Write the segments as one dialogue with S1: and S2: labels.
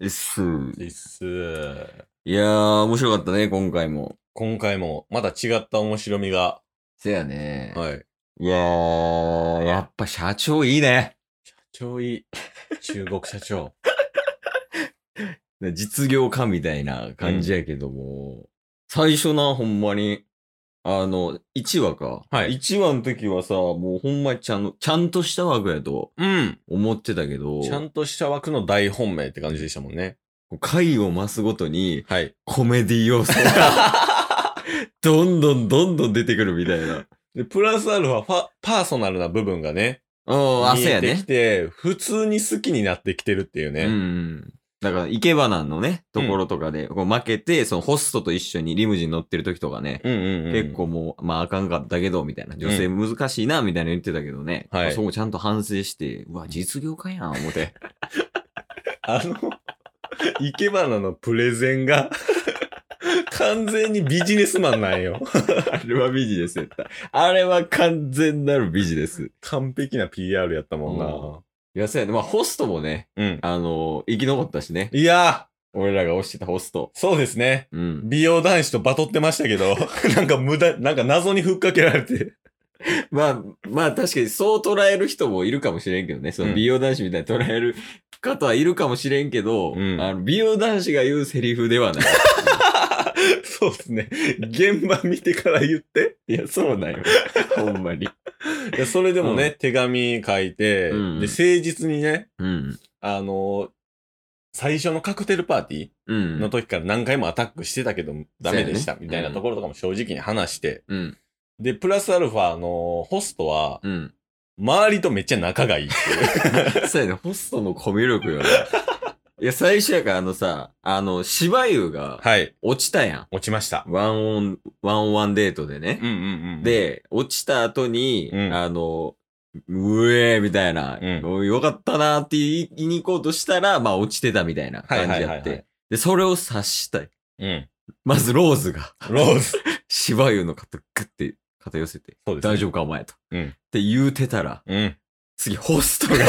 S1: うっす。
S2: いっすー。
S1: いやー、面白かったね、今回も。
S2: 今回もまた違った面白みが。
S1: せやね。
S2: はい。
S1: い、やー、やっぱ社長いいね。
S2: 超いい。中国社長。
S1: 実業家みたいな感じやけども、最初な、ほんまに、あの、1話か。
S2: はい
S1: 1話の時はさ、もうほんまにちゃんちゃんとした枠やと
S2: うん。
S1: 思ってたけど、
S2: ちゃんとした枠の大本命って感じでしたもんね。
S1: 回を増すごとに
S2: はい。
S1: コメディ要素が どんどんどんどん出てくるみたいな。
S2: で、プラスアルファ、ファパーソナルな部分がね、
S1: うん、
S2: 見
S1: 汗
S2: え
S1: や
S2: て
S1: ね
S2: き。て、普通に好きになってきてるっていうね。
S1: うんうん。だから、生け花のね、ところとかで、こう負けて、そのホストと一緒にリムジン乗ってる時とかね、
S2: うんうんうん
S1: 結構もう、まああかんかったけど、みたいな。女性難しいな、みたいな言ってたけどね。
S2: はい
S1: そこちゃんと反省して、うわ、実業家やん、思って。
S2: あの、生け花のプレゼンが、完全にビジネスマンなんよ。
S1: あれはビジネスやった。あれは完全なるビジネス。
S2: 完璧な PR やったもんな。
S1: いや、そうやね。まあ、ホストもね、
S2: うん。
S1: あの生き残ったしね。
S2: いや
S1: 俺らが推してたホスト。
S2: ー、そうですね。
S1: うん。
S2: 美容男子とバトってましたけど、 なんか無駄、なんか謎にふっかけられて。
S1: まあ、まあ確かにそう捉える人もいるかもしれんけどね。その美容男子みたいに捉える方はいるかもしれんけど、
S2: うん
S1: あの美容男子が言うセリフではない。
S2: そうですね。現場見てから言って。
S1: いや、そうなんよ。ほんまに。
S2: いやそれでもね、
S1: う
S2: 手紙書いて、
S1: うん
S2: で、誠実にね、
S1: うん。
S2: あのー最初のカクテルパーティ
S1: う
S2: ー
S1: ん。
S2: の時から何回もアタックしてたけど、ダメでした、みたいなところとかも正直に話して、
S1: うん。
S2: で、プラスアルファあのホストは、
S1: うん。
S2: 周りとめっちゃ仲がいいっていう。
S1: そうやね。ホストのコミュ 力よね。いや、最初やからあのさ、あの、芝生が
S2: はい、
S1: 落ちたや
S2: 落ちました
S1: ん。。ワンオン、ワンオンワンデートでね。
S2: んうんうで、
S1: で、落ちた後に、
S2: うん
S1: あの、うえーみたいな、
S2: うん
S1: おいよかったなーって言いに行こうとしたら、まあ落ちてたみたいな
S2: は
S1: 感
S2: い
S1: じ
S2: はい
S1: や
S2: は
S1: っ
S2: いはい
S1: て。。で、それを察したい。
S2: うん。
S1: まずローズが、
S2: ローズ。
S1: 芝生の肩、グッて肩寄せて、
S2: そうですね
S1: 大丈夫かお前と。
S2: うん
S1: って言うてたら、
S2: うん。
S1: 次ホストが、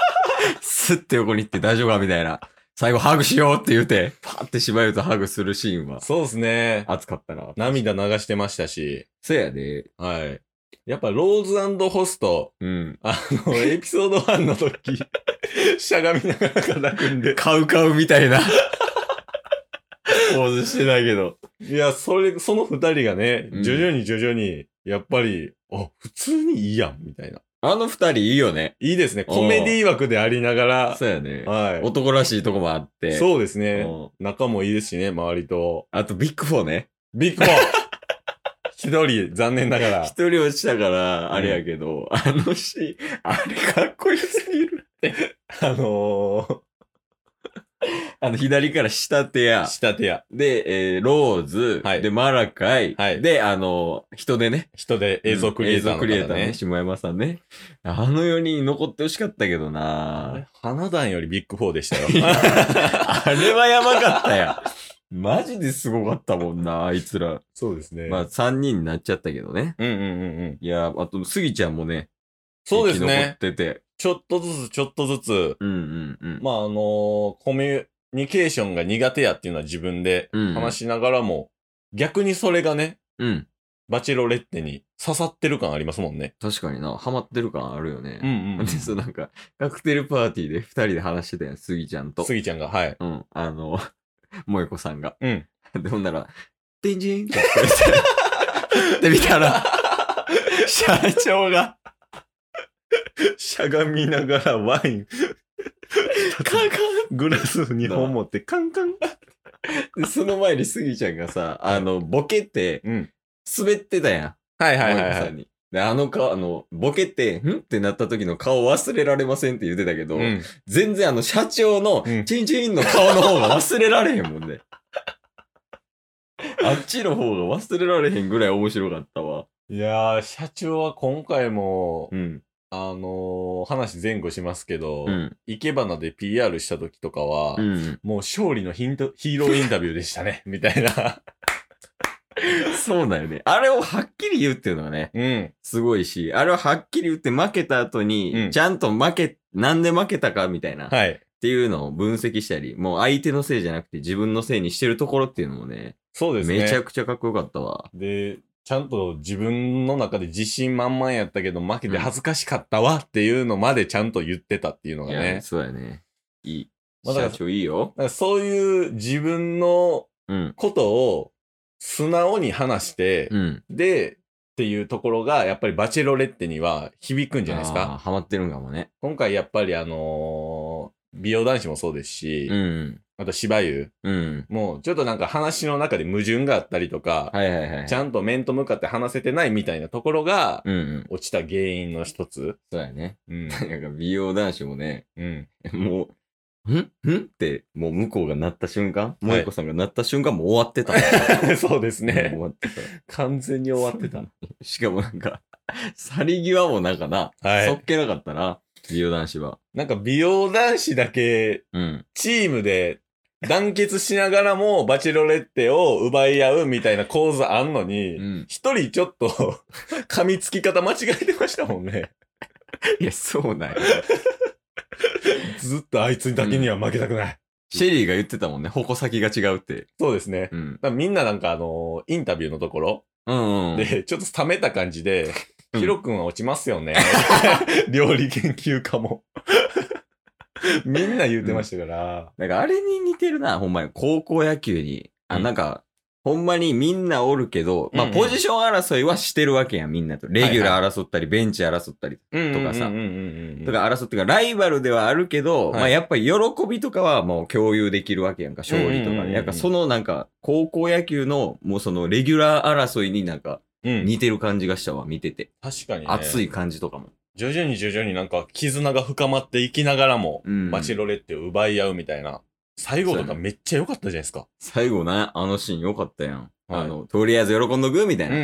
S1: スッて横に行って大丈夫かみたいな。最後ハグしようって言うて、パーって芝生とハグするシーンは、
S2: そうですね。
S1: 熱かったな。
S2: 涙流してましたし、
S1: そうやで、
S2: はい。やっぱローズホスト、
S1: うん。
S2: あの、エピソード1 の時、しゃがみながら肩組んで。
S1: カウカウみたいな、ポーズしてないけど。
S2: いや、それ、その二人がね
S1: う、ん
S2: 徐々に徐々に、やっぱり、あ、普通にいいやん、みたいな。
S1: あの二人いいよね。
S2: いいですね。
S1: おー
S2: コメディ枠でありなが
S1: そうやね
S2: ら、。は
S1: 男らしいとこもあっ
S2: い。
S1: て。う
S2: そうですね。
S1: ん
S2: 仲もいいですしね、周りと。
S1: あとビッグフォーね。
S2: ビッグボー 一人、残念ながら。
S1: 一人落ちたから、あれやけど、あのシーン、あれかっこよすぎる。
S2: あの
S1: あの、左から下手
S2: ー、
S1: や。
S2: 下手や。
S1: で、えーローズ、
S2: はい
S1: で、マラカイ、
S2: はい
S1: で、あの、人でね。
S2: 人で映像クリエイター
S1: うん映
S2: の
S1: 像クリエイタ
S2: 方
S1: ーね、
S2: ね。
S1: 下山さんね。あの4人残ってほしかったけど
S2: あれ
S1: な
S2: 花壇よりビッグフォーでしたよ。
S1: あれはやばかったや。マジですごかったもんなあいつら。
S2: そうですね。
S1: まあ、3人になっちゃったけどね。
S2: うんうんうんうん。
S1: いや、あと、スギちゃんもね、
S2: そうです
S1: 生
S2: ね。
S1: き残ってて。
S2: ちょっとずつちょっとずつ、
S1: うんうんうん。
S2: まああのーコミュニケーションが苦手やっていうのは自分で
S1: うん
S2: 話しながらも、逆にそれがね、
S1: うん。
S2: バチェロレッテに刺さってる感ありますもんね。
S1: 確かにな、ハマってる感あるよ
S2: うん
S1: ね。
S2: う ん。
S1: で、そうなんか、カクテルパーティーで2人で話してたやん、スギちゃんと。
S2: スギちゃんが、はい。
S1: うん、あの、 萌子さんが。
S2: うん。
S1: で、ほんなら、てんじんって言 って、で、見たら、社長が、
S2: しゃがみながらワイン、
S1: カンカ
S2: グラス2
S1: 本
S2: 持ってカンカン。
S1: ンで、その前にスギちゃんがさ、あの、ボケて、
S2: うん。
S1: 滑ってたや
S2: はい
S1: ん。
S2: はいはい
S1: 萌
S2: は
S1: 子さ
S2: い
S1: ん。に。で、あの顔、あの、ボケて、んってなった時の顔忘れられませんって言ってたけど、
S2: うん
S1: 全然あの、社長の
S2: う、ん
S1: チンチンの顔の方が忘れられへんもん ね。あっちの方が忘れられへんぐらい面白かったわ。
S2: いやー、社長は今回も、
S1: うん。
S2: あのー話前後しますけど、
S1: うん。
S2: 生け花で PR した時とかは、
S1: うん。
S2: もう勝利のヒントヒーローインタビューでしたね、 みたいな。
S1: そうだよね。あれをはっきり言うっていうのはね、
S2: うん。
S1: すごいし、あれをはっきり言って負けた後に、
S2: うん
S1: ちゃんと負け、なんで負けたかみたいな、
S2: はい。
S1: っていうのを分析したり、もう相手のせいじゃなくて自分のせいにしてるところっていうのもね、
S2: そうですね。
S1: めちゃくちゃかっこよかったわ。
S2: で、ちゃんと自分の中で自信満々やったけど、負けて恥ずかしかったわっていうのまでちゃんと言ってたっていうのが
S1: いや
S2: ね。
S1: そうやね。いい。
S2: まあだか
S1: 社
S2: ら
S1: 長いいよ
S2: だ。からそういう自分の
S1: うん。
S2: ことを素直に話して、
S1: うん。
S2: で、っていうところが、やっぱりバチェロレッテには響くんじゃないです
S1: あー
S2: か。
S1: ハマってるんかもね。
S2: 今回やっぱりあのー美容男子もそうですし、
S1: うん。
S2: あと芝生
S1: うん。
S2: もうちょっとなんか話の中で矛盾があったりとか、
S1: はいはいはい。
S2: ちゃんと面と向かって話せてないみたいなところが、
S1: うんうん。
S2: 落ちた原因の一つ。
S1: そうやね。
S2: うん。
S1: なんか美容男子もね、
S2: うん。
S1: もう、んんって、もう向こうがなった瞬間、萌子さんがなった瞬間、もう終わってた。
S2: そうです
S1: もう
S2: ね
S1: 終。わってた。
S2: 完全に終わってた。
S1: しかもなんか、去り際もなんかな、
S2: はい
S1: そっけなかったな、美容男子は。
S2: なんか美容男子だけ
S1: うん。
S2: チームで団結しながらもバチェロレッテを奪い合うみたいな構図あんの
S1: う
S2: に、
S1: ん。
S2: 一人ちょっと噛みつき方間違えてましたもんね。
S1: いや、そうなんや。
S2: ずっとあいつだけには負けたくない。
S1: シェリーが言ってたもんね、矛先が違うって。
S2: そうですね。
S1: うん。
S2: だからみんななんかあのインタビューのところ
S1: うんうん。
S2: で、ちょっと冷めた感じで、
S1: うん
S2: ヒロ君は落ちますよね。料理研究家も。みんな言うてましたから。
S1: なんかあれに似てるな、ほんまに。高校野球に。あ、
S2: うん
S1: なんか、ほんまにみんなおるけど、まあ、
S2: うんうん
S1: ポジション争いはしてるわけやん、みんなと。レギュラー争ったり、ベンチ争ったり。
S2: うん
S1: とかさ
S2: うんうんうんうん
S1: とか争ってか、ライバルではあるけど、
S2: はい
S1: まあ、やっぱり喜びとかはもう共有できるわけやんか、勝利と
S2: うんうん
S1: か
S2: うんう
S1: で。
S2: ん
S1: なんか、そのなんか、高校野球の、もうその、レギュラー争いになんか、
S2: うん
S1: 似てる感じがしたわ、見てて。
S2: 確かにね。
S1: 熱い感じとかも。
S2: 徐々に徐々になんか絆が深まっていきながらも、
S1: うん
S2: バチェロレッテを奪い合うみたいな。最後とかめっちゃ良かったじゃないですか。
S1: 最後な、あのシーン良かったやん。
S2: はい
S1: あの、とりあえず喜んどくみたいな。
S2: ん
S1: イ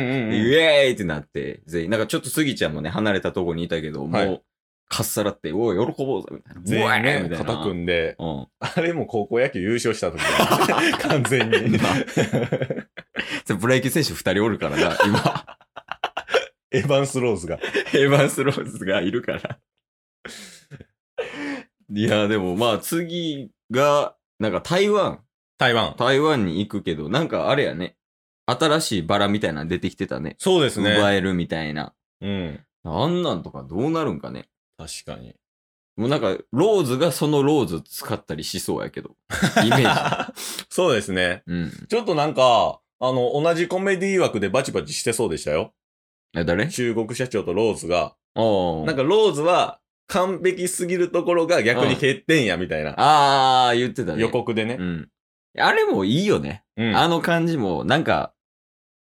S1: エーイってなって、全員、なんかちょっとスギちゃんもね、離れたとこにいたけど、
S2: はい
S1: もう、かっさらって、おい、喜ぼうぜ、みたいな。
S2: 全
S1: うわ
S2: 員
S1: ーみ
S2: ね
S1: た、いな
S2: 肩組んで、
S1: うん。
S2: あれも高校野球優勝した時だ ね完全に。
S1: それプロ野球選手二人おるから な、今。
S2: エヴァンス・ローズが。
S1: エヴァンス・ローズがいるから。 いや、でもまあ次が、なんか台湾、
S2: 台湾。
S1: 台湾に行くけど、なんかあれやね、新しいバラみたいなの出てきてたね。
S2: そうですね。
S1: 奪えるみたいな。
S2: うん。
S1: あんなんとかどうなるんかね。
S2: 確かに。
S1: もうなんか、ローズがそのローズ使ったりしそうや けど。イメージ。
S2: そうですね。
S1: うん。い
S2: ちょっとなんか、あの、同じコメディ枠でバチバチしてそうでしたよ。
S1: や、誰あ
S2: 中国社長とローズが。
S1: あ。
S2: なんかローズは完璧すぎるところが逆に欠点やみたいな。
S1: ああ、言ってたね。
S2: 予告でね
S1: う。ん。あれもいいよね。
S2: うん
S1: あの感じも、なんか、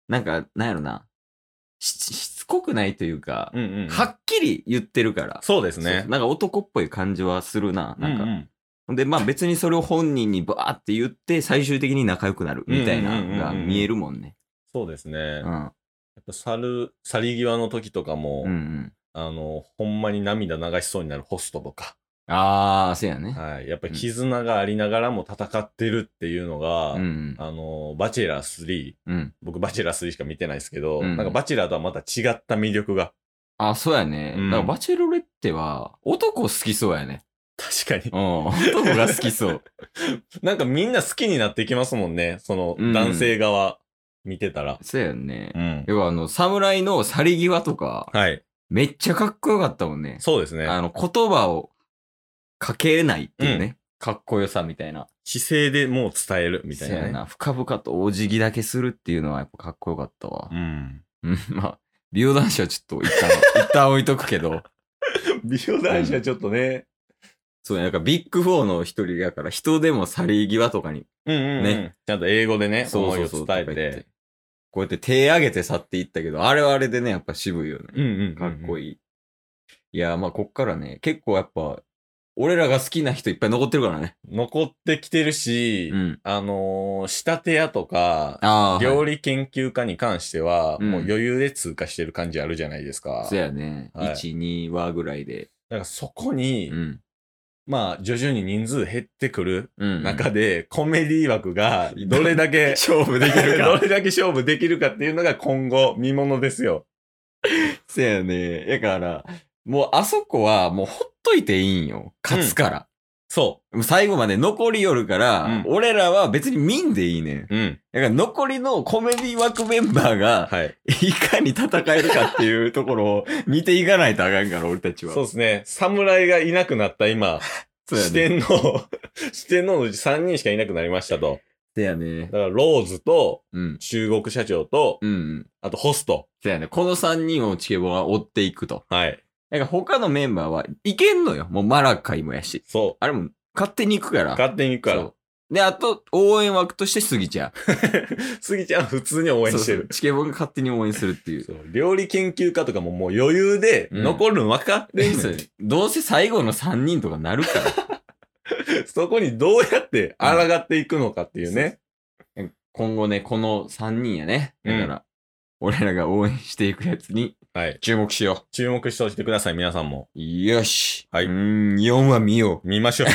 S1: なんか、なんやろな。し、しつこくないというか、
S2: うんうん
S1: はっきり言ってるから。
S2: そうです
S1: そう
S2: ね
S1: そう。なんか男っぽい感じはするな。なんか。
S2: うんうん
S1: で、まあ別にそれを本人にバーって言って、最終的に仲良くなるみたいなのが見えるもんね。
S2: そうですね。
S1: う
S2: やっ
S1: ん。
S2: ぱ去る、去り際の時とかも、
S1: うんうん。
S2: あの、ほんまに涙流しそうになるホストとか、
S1: ああ、そうやね。
S2: はい。やっぱり絆がありながらも戦ってるっていうのが、
S1: うん
S2: あの、バチェラー3、
S1: うん。うん。
S2: 僕バチェラー3しか見てないですけど、
S1: うん
S2: なんかバチェラーとはまた違った魅力が。
S1: あ、そうやね。
S2: うん
S1: だから、バチェロレッテは、男好きそうやね。
S2: 確かに
S1: う。ん。男が好き そう。
S2: なんかみんな好きになっていきますもんね。その
S1: うん
S2: 男性側見てたら。
S1: そうやね
S2: う。ん。
S1: 要は、あの、侍の去り際とか、
S2: はい。
S1: めっちゃかっこよかったもんね。
S2: そうですね
S1: あ。の、言葉をかけないっていうね。かっこよさみたいな。
S2: 姿勢でもう伝えるみたい
S1: そうや
S2: なね。
S1: な。深々とお辞儀だけするっていうのは、やっぱかっこよかったわ
S2: う。ん。
S1: うん。まあ、美容男子はちょっと一 旦、一旦置いとくけど。
S2: 美容男子はちょっとね。
S1: そうね。なんか、ビッグフォーの一人やから、人でも去り際とかに
S2: うんうん、うん。
S1: ね
S2: ちゃんと英語でね、
S1: そうそうそう
S2: 思いを伝え。
S1: とか言ってこうやって手上げて去っていったけど、あれはあれでね、やっぱ渋いよ
S2: う
S1: ね。
S2: んうん。
S1: かっこ
S2: いい。
S1: いい。いやー、まあ、こっからね、結構やっぱ、俺らが好きな人いっぱい残ってるからね。
S2: 残ってきてるし、
S1: うん。
S2: あのー仕立て屋とか、
S1: ああ。
S2: 料
S1: 理。
S2: 理研究家に関しては、
S1: うん
S2: もう余裕で通過してる感じあるじゃないですか。
S1: そうやね。
S2: はい
S1: 1、2話ぐらいで。
S2: だからそこに、
S1: うん。
S2: まあ、徐々に人数減ってくる
S1: うん。
S2: 中で、コメディ枠がどれ だけ、
S1: 勝負できる
S2: ど
S1: か。
S2: れだけ勝負できるかっていうのが今後、見ものですよ。
S1: そうやね。やから、もうあそこはもうほっといていいんよ。勝つから。
S2: そ
S1: もう最後まで残りよるから、
S2: うん
S1: 俺らは別に見んでいいねん。
S2: う。うん。
S1: だから残りのコメディ枠メンバーが、
S2: はい。
S1: いかに戦えるかっていうところを見ていかないとあかんから、俺たちは。
S2: そうですね。侍がいなくなった今、
S1: そうや
S2: 四
S1: ね。
S2: 天王、四天王のうち3人しかいなくなりましたと。
S1: そうやね
S2: だ。から、ローズと、
S1: うん。
S2: 中国社長と、
S1: うんうん。
S2: あとホスト。
S1: そうやね。この3人をチケボンは追っていくと。
S2: はい。
S1: だから他のメンバーはいけんのよ。もうマラカイもやし。
S2: そ
S1: あれも勝手に行くから。
S2: う。勝手に行くか
S1: そ
S2: ら
S1: う。で、あと、応援枠としてスギちゃん。
S2: スギちゃんは普通に応援して
S1: そうそう
S2: る。
S1: チケボンが勝手に応援するっていう。
S2: そう料理研究家とかももう余裕で
S1: うん
S2: 残るん分かって
S1: で
S2: んねん
S1: どうせ最後の3人とかなるから。
S2: そこにどうやって抗っていくのかっていうね。
S1: 今後ね、この3人やね。だから、
S2: う
S1: 俺らが応援していくやつに
S2: はい。
S1: 注目しよ
S2: 注目しておいてください、皆さんも。
S1: う。よし。
S2: はいう
S1: ーん、4は見よう。
S2: 見ましょう。